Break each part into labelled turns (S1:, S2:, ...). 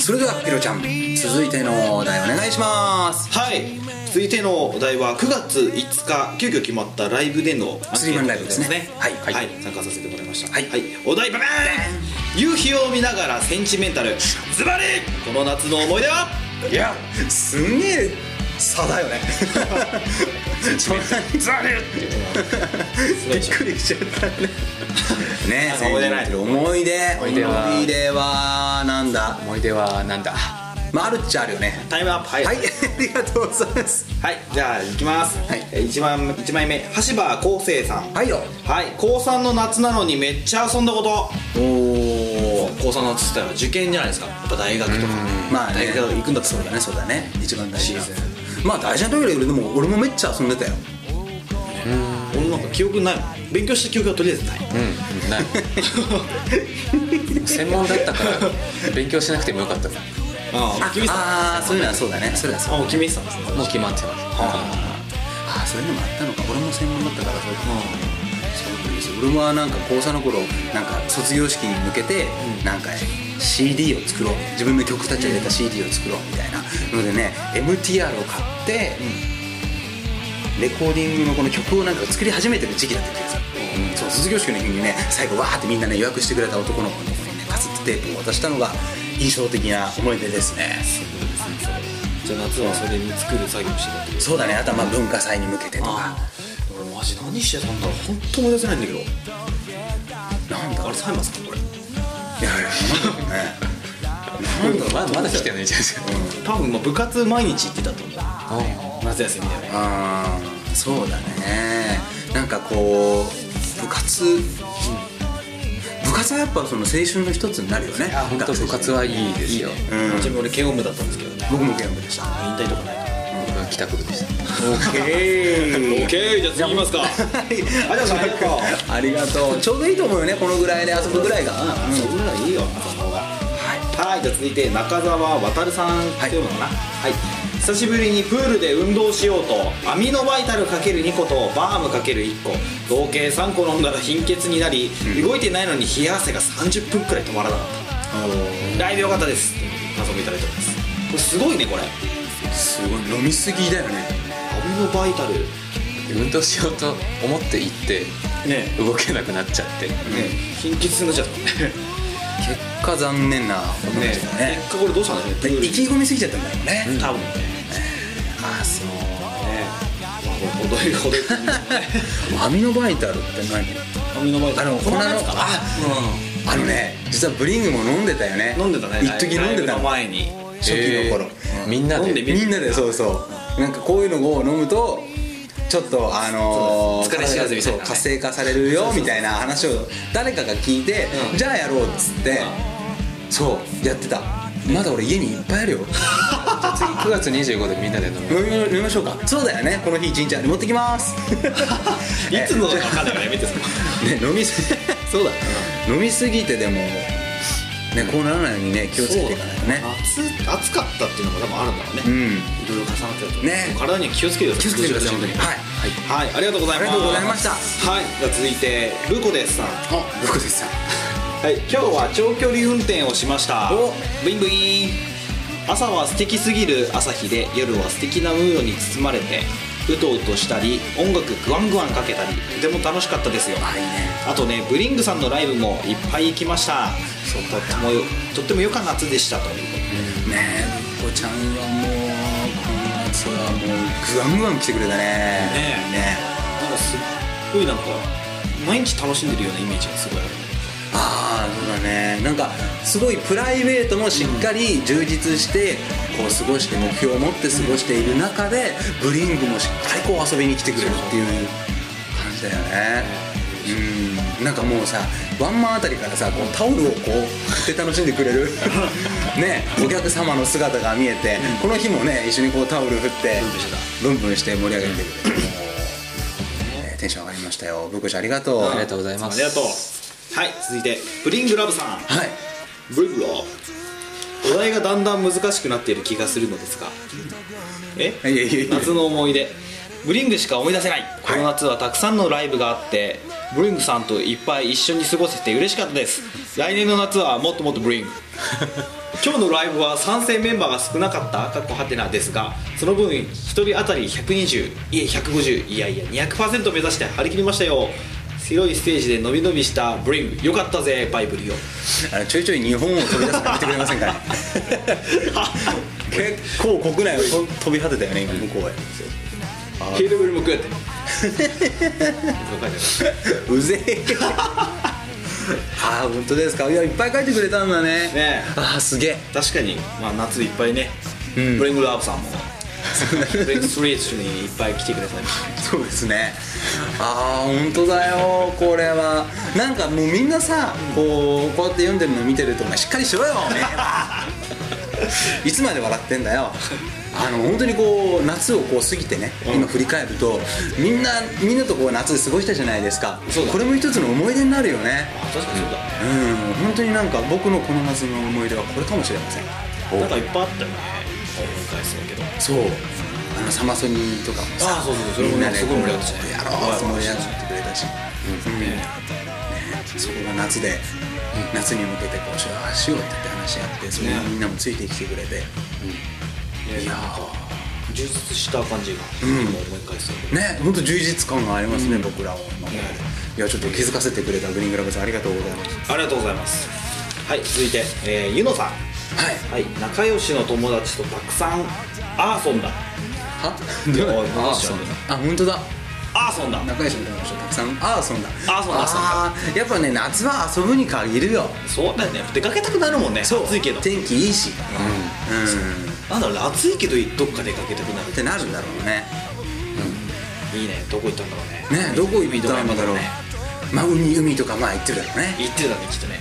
S1: それではピロちゃん続いてのお題お願いします
S2: はい続いてのお題は9月5日急遽決まったライブでの
S1: スリーマンライブですね
S2: はい、
S1: はい
S2: はい参加させてもらいました
S1: はい
S2: お題ババーン夕日を見ながらセンチメンタルズバリこの夏の思い出はい
S1: やすんげえ差だよねそんなに残念びっくりしちゃったねね
S2: 思い出ない
S1: 思い出
S3: 思い出は
S1: 思い出はなんだ
S3: 思い出はなんだ
S1: まああるっちゃあるよね
S2: タイムアップはい、
S1: はい ありがとうございます
S2: はいじゃあいきます、
S1: はい
S2: えー一番1枚目橋場昴生さん
S1: はいよ
S2: はい高3の夏なのにめっちゃ遊んだこと
S1: おお
S2: 高3の夏って言ったら受験じゃないですかやっぱ大学とか
S1: まあね
S2: 大学行くんだった
S1: そう
S2: ら
S1: だ
S2: ね
S1: ねそうだね一番大事な
S2: シー
S1: まあ大事な時だけどでも俺もめっちゃ遊んでたよ
S2: 俺なんか記憶ないもん勉強した記憶はとりあえずない
S3: うんない専門だったから勉強しなくてもよかったも
S2: ああ君さん
S1: ああーそういうのはそうだねそれはそう
S2: あもう君さんですね
S3: う決まってます
S1: ああそういうのもあったのか俺も専門だったからそうかそうなんですよ俺はなんか高3の頃なんか卒業式に向けてなんか CD を作ろう自分の曲たちを入れた CD を作ろうみたいなのでね MTR を買ってレコーディングのこの曲をなんか作り始めてる時期だった気がするそう卒業式の日にね最後わーってみんなね予約してくれた男の子のとこにねカセットテープを渡したのが印象的な思い出ですね
S2: じゃあ夏はそれに作る作業してたって
S1: そうだねあとはまあ文化祭に向けてとか
S2: 俺マジ何してたんだろう本当思い出せないんだけど
S1: なんだ
S2: あれサイマンさんこれ
S1: いやいやなんだろうねなんだろう
S3: ままだ来てないじゃないですか
S2: 多分まあ部活毎日行ってたと思う夏休みだよね
S1: あーそうだねなんかこう部活、部活はやっぱその青春の一つになるよね
S3: あ本当部活はいいですよ
S1: うん
S2: ちなみに俺慶応部だったんですけどね
S1: 僕もゲームでした
S2: 引退とかないから
S3: 僕は帰宅部でした
S2: オッケーじゃあ次行き ますかありがとうありがとう
S1: ありがとうちょうどいいと思うよねこのぐらいで遊ぶぐらいが、うん
S2: そんなのいいよ夏の方がはいじゃあ続いて中澤渉さんっていうのかなはい、久しぶりにプールで運動しようとアミノバイタルかける2個とバームかける1個合計3個飲んだら貧血になり、動いてないのに冷や汗が30分くらい止まらなかっただいぶ良かったですっていう感想もいただいておりますこれすごいねこれア
S1: すごい飲みすぎだよね
S2: ミノバイタル
S3: 運動しようと思って行って
S2: ね
S3: 動けなくなっちゃって
S2: え、ね貧血になっちゃった ね
S1: 結果残念な思いでしたね
S2: 結果これどうしたんだろうねプ
S1: で
S2: ール
S1: 意気込みすぎちゃったんだよね、
S2: 多分ね
S1: ああそう
S2: ねまあこれ程よい程よいっていうのね
S1: アミノバイタルって何
S2: アミノバイタ
S1: あ
S2: ル
S1: の
S2: 粉のやつかな
S1: ああのね実はブリングも飲んでたよね
S2: 飲んでたね
S1: 一時飲んで
S2: ライブ
S1: た
S2: の
S1: の
S2: 前に
S1: 初期の頃、
S3: えーみんな
S2: 飲んで
S3: で
S2: みる
S1: みんなでそうそうなんかこういうのを飲むとちょっとあのー、
S2: そうです疲れ知らずみたいなね
S1: そう活性化されるよみたいな話を誰かが聞いて、
S2: うん
S1: じゃあやろうっつって、そうやってたまだ俺家にいっぱいあるよ
S3: 次9月25でみんなで飲む
S1: 飲みま飲みましょうかそうだよねこの日一日ある持ってきます
S2: いつのだか分かんないからやめてその
S1: ね、飲みす そうだ、飲みすぎてでもねこうならないようにね気をつけていかないとね
S2: そうだ夏暑かったっていうのも多分あるんだろうね、
S1: うん
S2: いろいろ重なってると
S1: ね
S2: 体には気をつけてください
S1: 気をつけてください本当にはい、
S2: はい、ありがとうございます
S1: ありがとうございました
S2: はいじゃあ続いてルコですさん
S1: あどこですか
S2: はい今日は長距離運転をしました
S1: お
S2: ブインブイン朝は素敵すぎる朝日で夜は素敵なムードに包まれてうとうとしたり音楽グワングワンかけたりとても楽しかったですよ
S1: あいいね
S2: あとねブリングさんのライブもいっぱい行きましたそうとってもよとっても良かな夏でしたということ
S1: ねえこちゃんはもうこの夏はもうグワングワン来てくれたね
S2: え
S1: ね
S2: なんかすっごいなんか毎日楽しんでるようなイメージがすごいあるんだけど
S1: ああそうだねなんかすごいプライベートもしっかり充実して、こう過ごして目標を持って過ごしている中でブリングもしっかりこう遊びに来てくれるっていう感じだよねうんなんかもうさワンマンあたりからさこうタオルをこう振って楽しんでくれ るねお客様の姿が見えて、この日もね一緒にこうタオル振ってブンブンして盛り上げてくれる、ねテンション上がりましたよブコちゃんありがとう
S3: ありがとうございま
S2: あ
S3: す
S2: りがとうはい続いてブリングラブさん
S1: はい
S2: ブリングラブお題がだんだん難しくなっている気がするのですがえ
S1: いやいやいや
S2: 夏の思い出ブリングしか思い出せないこの夏はたくさんのライブがあってブリングさんといっぱい一緒に過ごせて嬉しかったです来年の夏はもっともっとブリ ング今日のライブは参戦メンバーが少なかったかっこはてなですがその分1人当たり120いえ150いやいや200%目指して張り切りましたよ広いステージで伸び伸びしたブリングよかったぜバイブリオ
S1: あのちょいちょい日本を飛び出すのやめてくれません かね結構国内をと飛び果てたよね今向こうへ
S2: ヒールブリムクって
S1: うぜ えああ本当ですかいやいっぱい書いてくれたんだね
S2: ね
S1: ああすげえ
S2: 確かに、まあ、夏いっぱいね、
S1: ん
S2: ブリングルアップさんもブリングストリートにいっぱい来てくださいました
S1: そうですねああ本当だよこれはなんかもうみんなさこうこうやって読んでるの見てるとお前しっかりしろよおめえ はいつまで笑ってんだよあの本当にこう夏をこう過ぎてね、今振り返るとみんなみんなとこう夏過ごしたじゃないですか
S2: そうだ
S1: これも一つの思い出になるよね
S2: 確かにそうだね
S1: うん本当になんか僕のこの夏の思い出はこれかもしれません
S2: なんかいっぱいあったよね思い返すだけど
S1: そうあのサマソニーとかもさ
S2: あーそうそうそうそれ
S1: み
S2: もね
S1: んなです
S2: ごい盛り上がったしね
S1: やろうって盛り上がってくれたし、うんねそこが夏で、夏に向けてこうしようああしようって話し合ってそれにみんなもついてきてくれて、いや
S2: 充実した感じが、
S1: ん
S2: 今思い返すだけ
S1: ーね本当充実感がありますね、僕らを今
S2: ね
S1: いやちょっと気づかせてくれたグリーングラブさんありがとうございます
S2: どありがとうございますはい続いて、えー、ゆのさん
S1: はい
S2: はい仲良しの友達とたくさんアーソンだ
S1: は
S2: どういうこと
S1: あそうあ本当だ
S2: アーソンだ
S1: 仲良しの友達とたくさんああそんだ
S2: あーそんだ
S1: あーやっぱね夏は遊ぶに限るよ
S2: そうだよね出かけたくなるもんね暑いけど
S1: 天気いいしうん
S2: なんだろうね暑いけどどっか出かけたくなる
S1: ってなるんだろうね
S2: いいねどこ行ったんだろうね
S1: ねどこ行ったんだろう
S2: 海とか山ね
S1: まあ海海とかまあ行ってるだろうね
S2: 行ってたねきっとね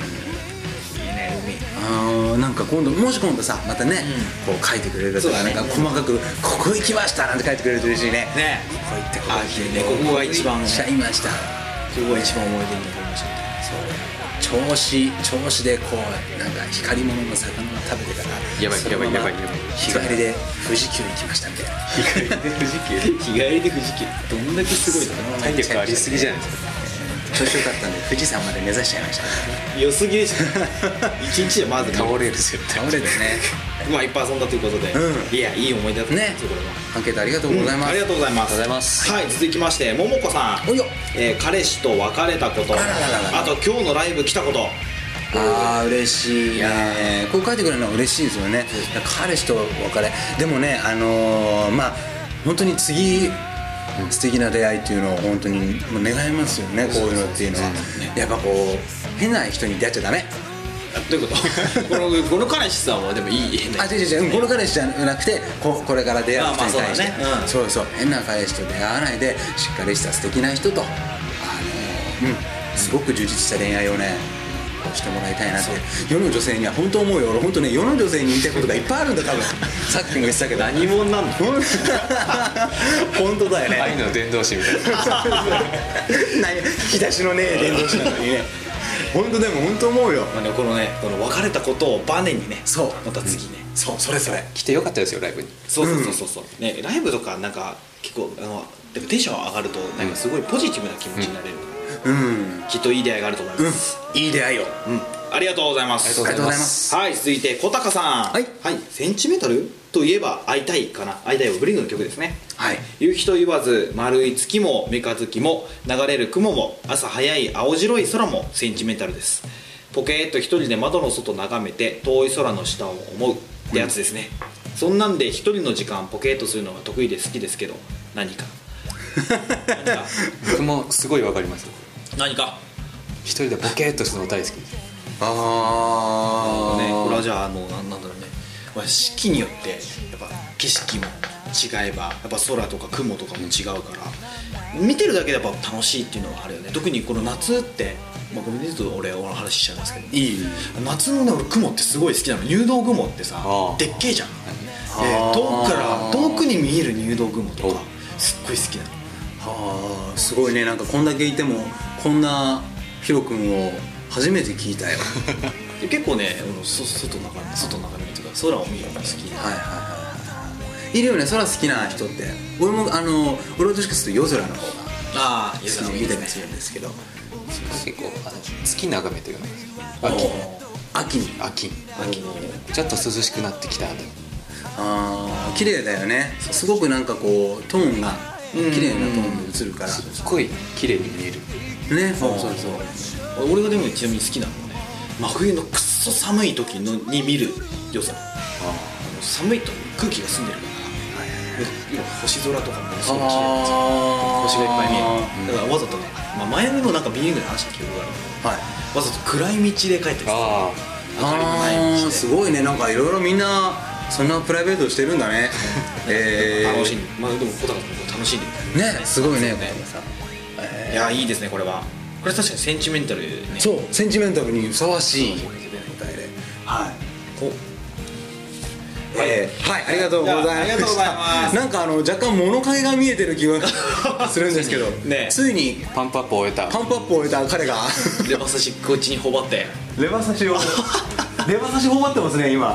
S2: いいね海
S1: あーなんか今度もし今度さまたね、こう書いてくれると
S2: そう
S1: か、
S2: だね
S1: なんか細かく「ここ行きました」なんて書いてくれると嬉しいね
S2: ね
S1: ここ行ってここ
S2: あ
S1: 行って
S2: いいねここが一番
S1: 行っちゃいました
S2: ここが一番思い出に残りましたね
S1: 調子調子でこうなんか光り物の魚を食べてから
S3: やばい
S1: そのまま
S3: やばいやばいやばい
S1: 日帰りで富士急行きましたみたいな
S2: 日帰りで富士急どんだけすごいの
S3: 体力ありすぎじゃないです
S1: か調子よかったんで富士山まで目指しちゃいました
S2: 良すぎでしょ一日でまず
S3: 倒れる絶対
S1: 倒れてね
S2: まあいっぱい遊んだということで、
S1: う
S2: いやいい思い出だった
S1: ね
S2: これは
S1: アンケートありがとうございます、
S2: ありがとうございます
S3: ありがとうございます
S2: はい続きましてももこさん
S1: おいよ
S2: えー彼氏と別れたこと
S1: あらららら
S2: あと今日のライブ来たこと
S1: あー嬉しい
S2: や
S1: ねこう書いてくれるのは嬉しいですよね彼氏と別れでもねあのーまあ本当に次素敵な出会いっていうのを本当にもう願いますよねこういうのっていうのはやっぱこう変な人に出会っちゃダメ
S2: あ どういうこと このこの彼氏さんはでもいい変な
S1: あ違う違う違うこの彼氏じゃなくてここれから出会う人に対して、
S2: まあまあ
S1: そうそう変な彼氏と出会わないでしっかりした素敵な人とあのうんすごく充実した恋愛をねこうしてもらいたいなって世の女性には本当思うよ俺本当ね世の女性に言いたいことがいっぱいあるんだ多 分さっきも言ってたけど
S2: 何者なんの
S1: 本当だよね
S3: 愛の伝道師みたいな
S1: 何引き出しのねえ伝道師なのにね本当でも本当思うよ
S2: まあねこのねこの別れたことをバネにね
S1: そう
S2: また次ね、
S1: そうそれそれ
S3: 来てよかったですよライブに
S2: そうそうそうそうそう、ねライブとかなんか結構あのでもテンション上がるとなんかすごいポジティブな気持ちになれる、
S1: うん
S2: きっといい出会いがあると思います、
S1: いい出会いを
S2: うんありがとうございます
S1: ありがとうございます
S2: はい続いて小高さん
S1: はい
S2: センチメートルといえば会いたいかな会いたいはブリングの曲ですね
S1: はい
S2: 夕日と言わず丸い月も三日月も流れる雲も朝早い青白い空もセンチメンタルですポケーっと一人で窓の外眺めて遠い空の下を思うってやつですね、そんなんで一人の時間ポケーっとするのが得意で好きですけど何か何か
S3: 僕もすごいわかります
S2: 何か
S3: 一人でボケーっとするの大好きです
S1: ああ
S2: ね、これはじゃああのなんなんだろうね、まあ、四季によってやっぱ景色も違えばやっぱ空とか雲とかも違うから、見てるだけでやっぱ楽しいっていうのはあるよね特にこの夏って、まあ、ごめんねちょっと俺お話ししちゃいますけど
S1: いい
S2: 夏のね俺雲ってすごい好きなの入道雲ってさ
S3: ああ
S2: でっけえじゃん、
S1: い
S2: で
S1: ああ
S2: 遠くから遠くに見える入道雲とかすっごい好きなの
S1: はあすごいねなんかこんだけいてもこんなヒロ君を初めて聞いた よ
S2: で結構ねうんそ外眺め外眺めるというか空を見るのが好き
S1: はいはいはいはいいるよね空好きな人って俺もあの俺はどっちかというと夜空の方が
S2: ああ
S1: 好きで見たりするんですけど
S3: 結構あの月眺めというの
S1: お
S3: が秋
S1: ー秋に
S3: 秋に
S1: 秋
S3: ちょっと涼しくなってきたあたり
S1: あー綺麗だよねすごくなんかこうトーンが綺麗なトーンで映るから
S3: すっごい綺麗に見える
S1: ねそうそうそう
S2: 俺がでもちなみに好きなのはね真冬のくっそ寒い時のに見る良さあの寒いと空気が澄んでるから今星空とかもすごい綺麗なんですよ
S1: あー
S2: 星がいっぱい見えるだからわざとね、まあ、前にもなんかビーリングで話した記憶があ
S1: は
S2: る
S1: い
S2: けどわざと暗い道で帰ってきた
S3: あ
S2: 明るくない
S1: あー
S2: 道です
S1: ごいねなんかいろいろみんなそんなプライベートしてるんだ ねえー
S2: 楽しんで、まあでも小高君も楽しんでる
S1: ねすごいね
S2: そうね
S1: さ
S2: いやいいですねこれはこれ確かにセンチメンタルね
S1: そうセンチメンタルにふさわしい答えではい
S2: お
S1: えーはい、ありがとうございま
S2: いやありがとうご
S1: し
S2: ざいま
S1: た
S2: す
S1: なんかあの若干物陰が見えてる気がするんですけど
S2: ね
S1: ついに
S3: あパンプアップを終えた
S1: パンプアップを終えた彼が
S2: レバ刺しこっちにほばって
S1: レバ刺しをレバ刺し頬張ってますね今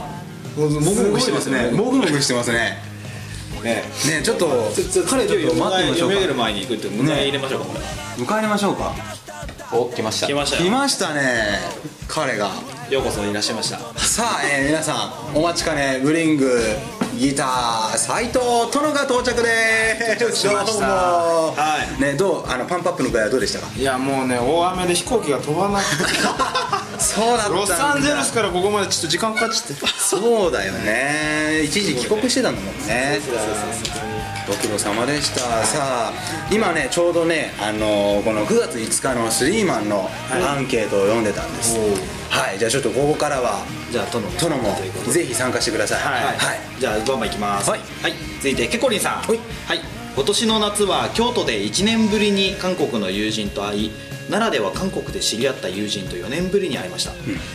S1: もぐ
S2: もぐしてますね
S1: もぐもぐしてますね
S2: ね
S1: ねちょっと彼ちょっと待ってみましょう
S2: 読め
S1: か
S2: る前にこうやって胸入れましょうかこれ
S1: 迎えれましょうか
S3: お来ました
S2: 来ました
S1: 来
S2: よ
S1: ましたね彼が
S2: ようこそいらっしゃいました
S1: さあ、えー皆さんお待ちかねブリングギター斉藤殿が到着でーす
S2: 到着しました
S1: どうも
S2: はい
S1: ねどうあのパンプアップの具合はどうでしたか
S4: いやもうね大雨で飛行機が飛ばな くて
S1: そうだったんだ
S4: ロサンゼルスからここまでちょっと時間かかっちゃって
S1: そうだよね一時帰国してたんだもんねご苦労様でしたさあ今ねちょうどねあのーこの9月5日のスリーマンのアンケートを読んでたんですはいじゃあちょっとここからは
S2: じゃあ殿も
S1: 殿も
S2: ということで
S1: ぜひ参加してください
S2: はい、じゃあバンバンいきます
S1: はい
S2: 続いてけこりんさん
S1: はい
S2: 今年の夏は京都で1年ぶりに韓国の友人と会い奈良では韓国で知り合った友人と4年ぶりに会いました、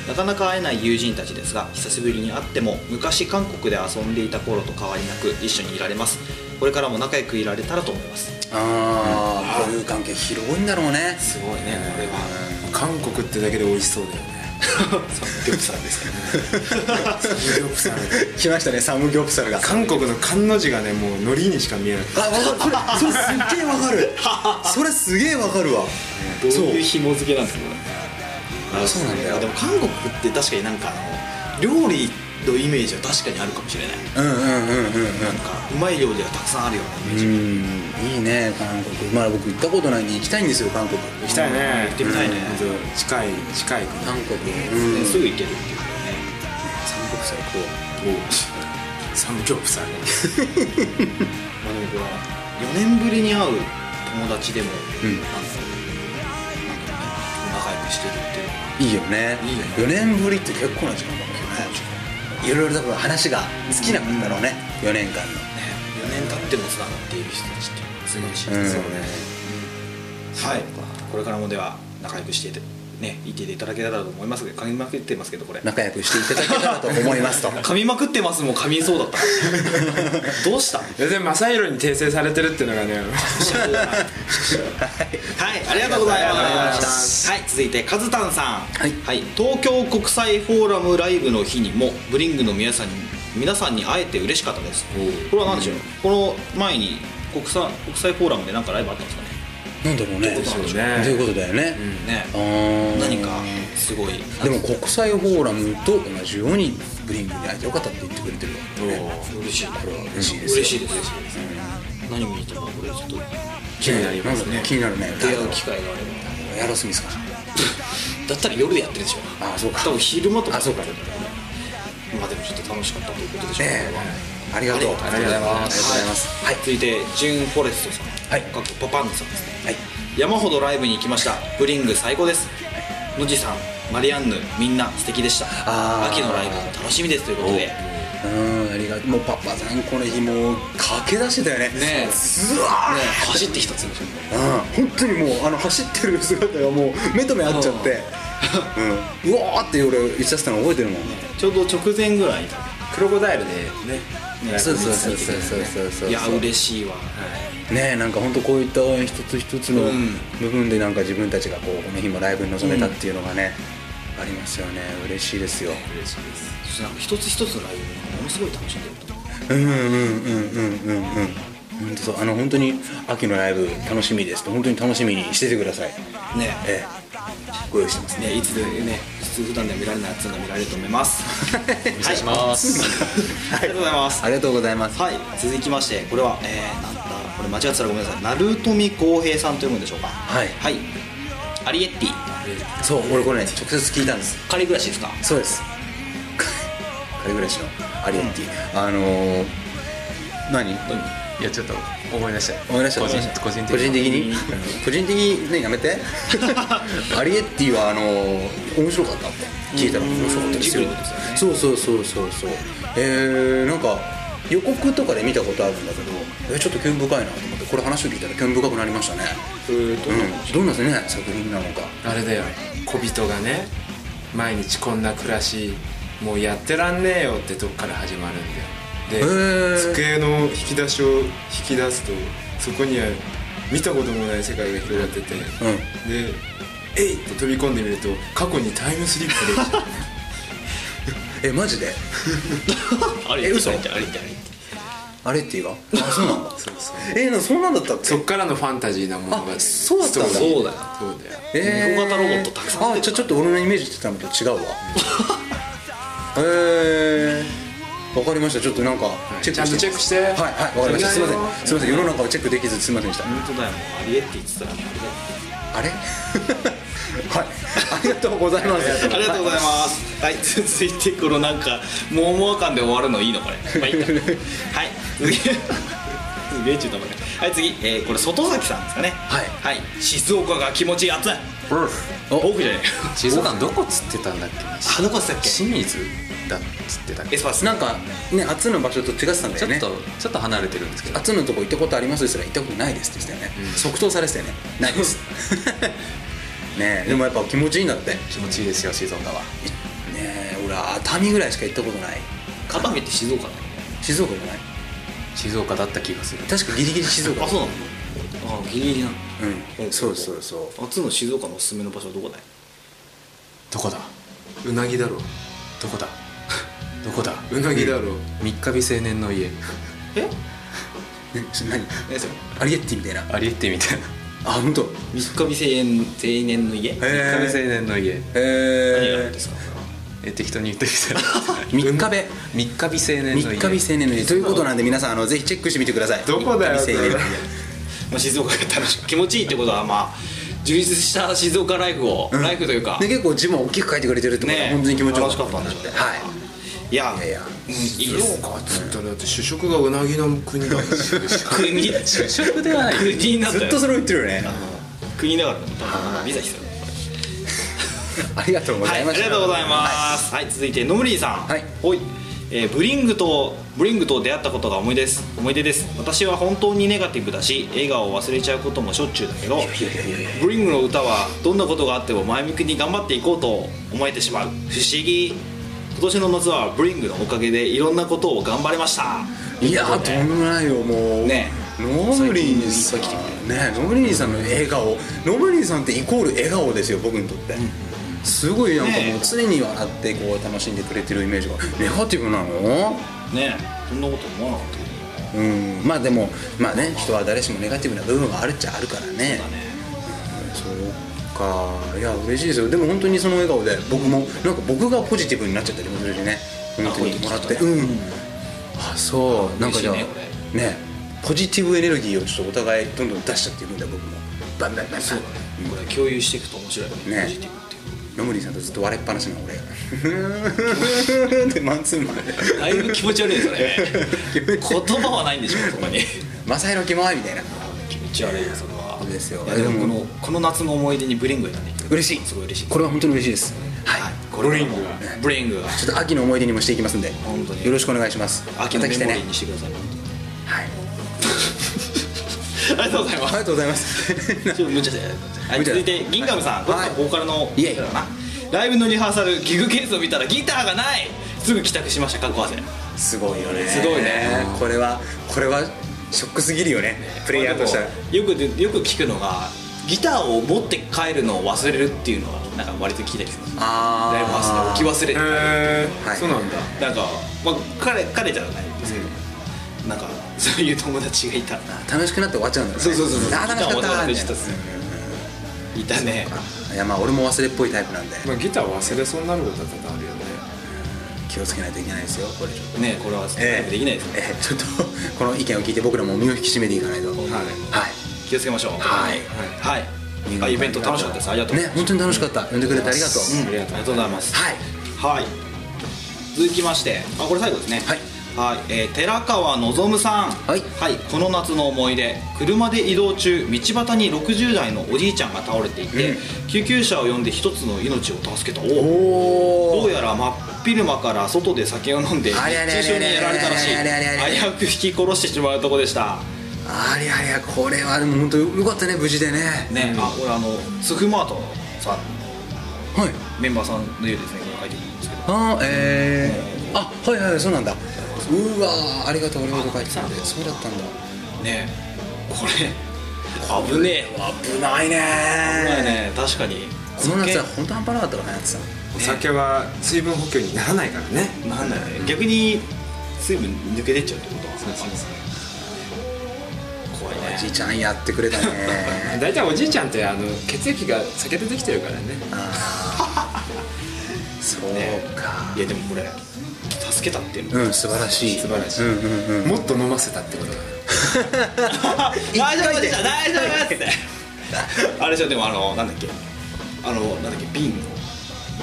S2: なかなか会えない友人たちですが久しぶりに会っても昔韓国で遊んでいた頃と変わりなく一緒にいられますこれからも仲良くいられたらと思います
S1: ああ、こういう関係広いんだろうね
S2: すごいねこれは
S4: 韓国ってだけで美味しそうだよ ね
S2: デュプさんです
S4: サムギョプサル
S1: 来ましたねサムギョプサルが
S4: 韓国の漢の字がねもう海苔にしか見えなくて
S1: あ分かるそれそれすっげえ分 かるそれすげえ分かるわ
S2: どういう紐付けなんですか
S1: あそうなんだよ
S2: でも韓国って確かになんかあの料理のイメージは確かにあるかもしれない
S1: うんうんうんうん
S2: なんかうまい料理はたくさんあるようなイメ
S1: う
S2: ー
S1: ん
S2: ジ
S1: いいね韓国まあ僕行ったことないんで行きたいんですよ韓国
S4: 行きたいね
S2: 行ってみたいね
S4: うん本当近い近い国
S1: 韓国
S2: ね
S1: す
S2: す
S1: ぐ
S2: ぐ行けるっていうか
S1: 韓国最高
S4: サムギョプサル
S2: ね でもこれは4年ぶりに会う友達でも、
S1: うん
S2: なんかなんだろうね仲良くしてるっていうのはい
S1: いよね
S2: いいよね
S1: 4年ぶりって結構な時間だもんねいろいろ多分話が尽きなかったろうね4年間の
S2: ね4年経ってもつながっている人たちっていうのはすごい
S1: う
S2: し、
S1: ん
S2: そうねはいこれからもでは仲良くしていてねいていただけたらと思いますけど噛みまくってますけどこれ
S1: 仲良くしていただけたらと思い ますと
S2: 噛みまくってますもん噛みそ うだったどうした
S4: でも正宏に訂正されてるっていうのがね
S2: はい、ありがとうございます。はい、続いてカズタンさん。はい東京国際フォーラムライブの日にもブリングの皆さんに皆さんに会えて嬉しかったです。これは何でしょう。この前に国際国際フォーラムでなんかライブあったんですかね。
S1: なんだろうね
S2: どういうことなんでしょう
S1: ということだよね
S2: ね、
S1: あー
S2: 何かすごい。
S1: でも国際フォーラムと同じようにブリングに会えてよかったって言ってくれてるわ
S2: 嬉しい。これは
S1: 嬉しいですよ
S2: 嬉しいです。何見に行ったのこれちょっと
S1: 気になりますね気になるね
S2: 出会う機会があ
S1: エ
S2: れば。
S1: アロスミスか
S2: だったら夜でやってるでしょ。
S1: ああそうか
S2: 多分昼間とか。
S1: あそうか
S2: まあでもちょっと楽しかったということでしょうね。
S1: え
S2: これは
S1: えありがとう
S2: ありがとうござ
S1: ありがとう
S2: います
S1: ございます
S2: はい、続いてジュン・フォレストさん、
S1: はい
S2: かっこパパンヌさんです
S1: は
S2: ね
S1: い
S2: 山ほどライブに行きましたブリング最高です野地さんマリアンヌみんな素敵でした
S1: あー
S2: 秋のライブ楽しみですということで
S1: うんありがとうもうパパさんこの日もう駆け出してたよね
S2: ねえ
S1: ずわー、
S2: ね走ってきたつも
S1: う
S2: りで
S1: ん本当にもうあの走ってる姿がもう目と目合っちゃってうん、うわーって俺言っちゃってたの覚えてるもん
S2: ちょうど直前ぐらい
S4: クロコダイルで
S2: ね
S1: そうそうそうそうそうそうそう
S2: いや嬉しいわ、
S1: ねえなんか本当こういった応援一つ一つの
S2: うん
S1: 部分でなんか自分たちがこうこの日もライブに臨めたっていうのがね、ありますよね嬉しいですよ
S2: そしてなんか一つ一つのライブがものすごい楽しんでると
S1: うんうんうんうんうんうん本当そうあの本当に秋のライブ楽しみですと本当に楽しみにしててください
S2: ね
S1: えご用意してます
S2: ね、いつでね、普通普段では見られないやつが見られると思います。
S3: お見せします、
S2: ありがとうございます。
S1: ありがとうございます
S2: はい、続きまして、これは、えー、なんだ、これ間違ってたらごめんなさい。鳴富浩平さんと読むんでしょうか。
S1: はい
S2: はい。アリエッティ、
S1: そう俺これね直接聞いたんです
S2: 仮暮らしですか。
S1: そうです 彼暮らしのアリエッティ、あのー、何
S3: いやちょっと思い出した
S1: 思い出した
S3: 個人個人的
S1: 個人的に個人的にねやめてアリエッティはあのー、面白かったって聞いたら面白かったですよ
S2: ジブリのですよね
S1: そうそうそうそうそうえー、なんか予告とかで見たことあるんだけどえちょっと興味深いなと思ってこれ話を聞いたら興味深くなりましたねうん、どんなね作品なのか
S4: あれだよ小人がね毎日こんな暮らしもうやってらんねえよってとこから始まる
S1: へ
S4: んだよ
S1: ー
S4: で机の引き出しを引き出すとそこには見たこともない世界が広がってて、で「えい!」って飛び込んでみると過去にタイムスリップでき ちゃう
S1: えマジで
S2: アリ
S1: エッティ嘘アリエッ
S2: アリエッティ。
S1: アリエッティがあそうなんだ
S4: そうそう
S1: えー、なそんなんだったっ
S4: そ
S1: け
S4: っからのファンタジーなものが
S1: あそうだったんだ
S4: ストーリー
S2: そうだよ
S4: そうだよ
S1: え
S2: 猫型ロボットたくさん
S1: あじゃあちょっと俺のイメージしてたのと違うわ えー、わかりましたちょっとなんかチェックしてみます
S4: ちゃんとチェックして
S1: はいはいわかりましたすいませ
S4: お願い
S1: んすいません世の中をチェックできずすいませんでした
S2: 本当だよ、もうアリエッティって言った
S1: あ
S2: ら、ね、
S1: れ はいありがとうございます
S2: ありがとうございます。はい、続いてこのなんか、もうもう感で終わるのいい のこれ。まあいいかはい、次。すげえ中途半端ねはい、次、えー、これ外崎さんですかね。
S1: はい
S2: はい、静岡が気持ちいい暑い。
S1: お
S2: 僕 じゃね
S3: 静岡どこつってたんだっけ
S2: あ、どこでしたっ
S3: 清水だっつってたっ
S2: エ
S3: け
S2: スパース。
S1: なんかね熱の場所と違ってたんだ
S3: ちょ
S1: よ
S3: っ
S1: ね
S3: とちょっと離れてるんですけど
S1: 熱のとこ行ったことありますですら行ったことないですって言ってたよね、即答されてたよねない ですねえでもやっぱ気持ちいいんだってね
S3: 気持ちいいですよ静岡は
S1: え俺熱海ぐらいしか行ったことない
S2: 片目って静岡だよ
S1: 静岡じゃない
S3: 静岡だった気がする
S1: 確かギリギリ静岡
S2: あ、そうなの。あ、ギリギリなの。
S1: うんそうそうそう
S2: あつの静岡のおすすめの場所はどこだよ。
S3: どこだ
S4: うなぎだろ
S3: どこだ どこだ
S4: うなぎだろ
S3: 三日日青年の家
S2: え、
S1: ねちょ何
S2: 何それ。
S1: アリエッティみたいな
S3: ありえってみたいな
S1: あ本当。
S2: 三日日青年、青年の家。
S3: 三
S1: え
S3: 日
S1: ー
S3: 日青年の家
S2: 何があるん
S1: え
S2: ですか。
S3: え適当に言ってみたら
S1: 三日べ
S3: 三日日青年の
S1: 三
S3: 家
S1: 日日青年の家ということなんで皆さんあのぜひチェックしてみてください
S4: どこだよ
S1: 三日日青年の家
S4: それ
S2: まあ、静岡が楽しく気持ちいいってことはまあ充実した静岡ライフを、
S1: うん
S2: ライフというか、
S1: で結構字も大きく書いてくれてるってことは
S2: ねえ
S1: 本当に気持ちよ
S2: 楽しかったんでしょうね
S1: はい
S2: いや
S1: いやいや
S2: うん、いいです
S4: っつったらだって主食がうなぎの 国だもん
S2: 国
S3: 主食ではない
S2: 国になった
S1: ず
S2: よ
S1: っとそれを言ってるよね
S2: 国だからね多分ビザ必要
S1: ありがとうござ
S2: はいい
S1: ま
S2: あ
S1: し
S2: り
S1: た
S2: がとうございますはい、続いてノムリーさん
S1: はい
S2: おいえーブリングとブリングと出会ったことが思いです思い出です私は本当にネガティブだし笑顔を忘れちゃうこともしょっちゅうだけどブリングの歌はどんなことがあっても前向きに頑張っていこうと思えてしまう不思議今年の夏はブリングのおかげでいろんなことを頑張れました
S1: いやーとんでもないよもう
S2: ね
S1: ノムリンさんねノムリンさんの笑顔ノムリンさんってイコール笑顔ですよ僕にとってすごいなんかも
S2: ね
S1: う常に笑ってこう楽しんでくれてるイメージがネガティブなの
S2: ねそんなこと思わなかったけど
S1: うんまあでもまあね人は誰しもネガティブな部分があるっちゃあるからねそうかいや嬉しいですよでも本当にその笑顔で僕もなんか僕がポジティブになっちゃったりもするしね本当にもらって
S2: あこういう
S1: うんあそうなんかじゃあ
S2: 嬉しいね
S1: ねポジティブエネルギーをちょっとお互いどんどん出しちゃっていくんだ僕もバンバンバンバン
S2: これ共有していくと面白いよね
S1: ね
S2: ポジティブ って
S1: ノムリンさんとずっと笑いっぱなしなの俺 がでマンツーマンで
S2: だいぶ気持ち悪いですよ ね言葉はないんでしょそこに
S1: 「マサヒロキモい」みたいな
S2: 気持ち悪いよそれは
S1: そうですよ
S2: いやでも
S1: で
S2: こ
S1: も
S2: のこの夏の思い出にブリングがいたね
S1: 嬉しい
S2: すごい嬉しい
S1: これは本当に嬉しいですはい
S2: これブリングブリングが
S1: ちょっと秋の思い出にもしていきますんで
S2: 本当に
S1: よろしくお願いします
S2: 秋の
S1: ま
S2: メ
S1: た来て
S2: モリ
S1: ね
S2: ーにしてください、
S1: はい
S2: ありがとうございま
S1: あ
S2: す
S1: りがとうございます
S2: ちょっと無茶ではい
S1: 無茶だ
S2: 続いて銀神さん、これ
S1: はい
S2: ボーカルの
S1: いえいえ
S2: だなライブのリハーサルギグケースを見たらギターがないすぐ帰宅しました過去汗
S1: すごいよね
S2: すごいね
S1: これはこれはショックすぎるよねプレイヤーとしたら
S2: まあでもよくでよく聞くのがギターを持って帰るのを忘れるっていうのはなんか割と聞いたりする
S1: あー
S2: ライブハウスで置き忘れて帰る
S4: へ
S1: は
S4: え
S1: い
S4: そうなんだ
S2: なんか、まあ、彼彼じゃないんですけど、なんかそういう友達がいた
S1: 楽しくなって終わっちゃうんだよね
S2: そうそうそうそう
S1: あー楽しかった
S2: ギターを持って
S1: み
S2: 帰
S1: たいな
S2: ってたっすいたね
S1: いやまあ俺も忘れっぽいタイプなんで
S4: まあ、ギター忘れそうになることは多々あるよね
S1: 気をつけないといけないですよこれちょっと
S2: ねこれは
S1: ええ
S2: できないですね、
S1: ええちょっとこの意見を聞いて僕らも身を引き締めていかないとはい
S2: はい気をつけましょう
S1: はい
S2: はい、あイベント楽しかったですありがとうご
S1: ね
S2: ざいま
S1: 本
S2: す、
S1: 当に楽しかった呼んでくれてありがとう
S2: うんありがとうございます
S1: はい
S2: はい続きましてあこれ最後ですね
S1: はい
S2: はい、えー寺川望さん
S1: はい
S2: この夏の思い出車で移動中道端に60代のおじいちゃんが倒れていて、
S1: うん
S2: 救急車を呼んで一つの命を助けたおお
S1: お
S2: ど
S1: お
S2: うやら真っ昼間から外で酒を飲んで
S1: ありゃりゃ
S2: 熱中症にやられたらしい
S1: ありゃりゃりゃりゃ
S2: 危うく引き殺してしまうとこでした
S1: ありゃりゃこれはでも本当よかったね無事でね
S2: ね、あ俺あのスフマートさん
S1: はい
S2: メンバーさんの家ですねこれ書いてるんですけど
S1: あーえー、あはいはいそうなんだうわーありがとう俺のこと書いてたんでそうだったんだ
S2: ねこれ危ねえ
S1: 危ないね
S2: 危ないね確かに
S1: この夏は本当半端なかったからねやつさん
S4: お酒は水分補給にならないからね
S2: なんだよね逆に水分抜け出ちゃうってことは怖い
S1: おじい
S2: ね
S1: ちゃんやってくれた ね
S4: 大体おじいちゃんってあの血液が酒でできてるからね
S1: あーそうか、
S2: いやでもこれ助けたっていうの
S1: うん素晴らしい
S4: 素晴らしい
S1: うんうんうん
S4: もっと飲ませたってことだ
S2: 大丈夫でした大丈夫ですあれじゃでもあのなんだっけあのなんだっけ瓶の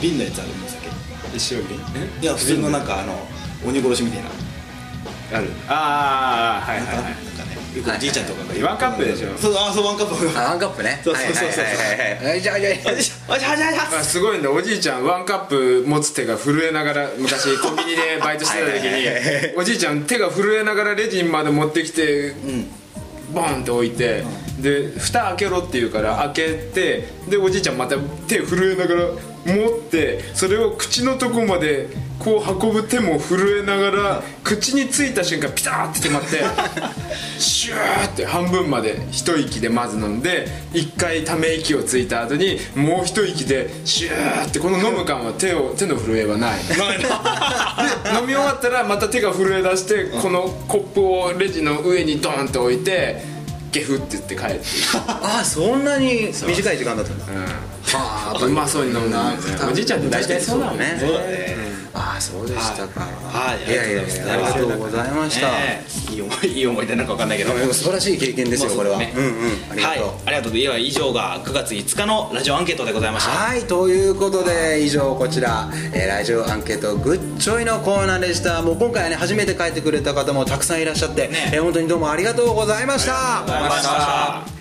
S2: 瓶のやつあるんですっ
S4: 一生瓶
S2: けいや普通のなんかあの鬼殺しみたいな
S4: あるああはいはい
S2: なん
S4: はい
S2: かねよくおじいちゃんとかが
S4: ワンカップでしょ
S2: そうあそうワンカップ
S1: あワンカップね
S2: そうそうそうそう
S1: はいはいはいはいはいじゃあじゃあじゃあ
S2: よしよしよしよし
S4: あすごいんだおじいちゃんワンカップ持つ手が震えながら昔コンビニ でバイトしてた
S1: は
S4: 時
S1: いはいはい
S4: におじいちゃん手が震えながらレジンまで持ってきてボンって置いてで蓋開けろって言うから開けてでおじいちゃんまた手震えながら持ってそれを口のとこまでこう運ぶ手も震えながら口についた瞬間ピターって止まってシューって半分まで一息でまず飲んで一回ため息をついた後にもう一息でシューってこの飲む感は手を手の震えはないで飲み終わったらまた手が震え出してこのコップをレジの上にドーンと置いてゲフって言って帰ってい
S1: あそんなに短い時間だったんだは
S4: くうまそうに飲むなおじいちゃんって大体そうだもんね
S1: ね
S2: そうだね
S1: ああそうでしたか
S2: はいはい
S1: いやいやいやありがとうございました
S2: ねえいい思いいい思い出なんかわかんないけど
S1: でも素晴らしい経験ですよこれはう
S2: ま
S1: ん
S2: あ
S1: う
S2: そ
S1: ん
S2: うで
S1: あ
S2: すね
S1: りがとう
S2: はい、ありがとうでは以上が9月5日のラジオアンケートでございました
S1: はいということで以上こちら、えー、ラジオアンケートグッチョイのコーナーでしたもう今回はね初めて書いてくれた方もたくさんいらっしゃって、
S2: ね
S1: えー本当にどうもありがとうございました
S2: ありがとうございました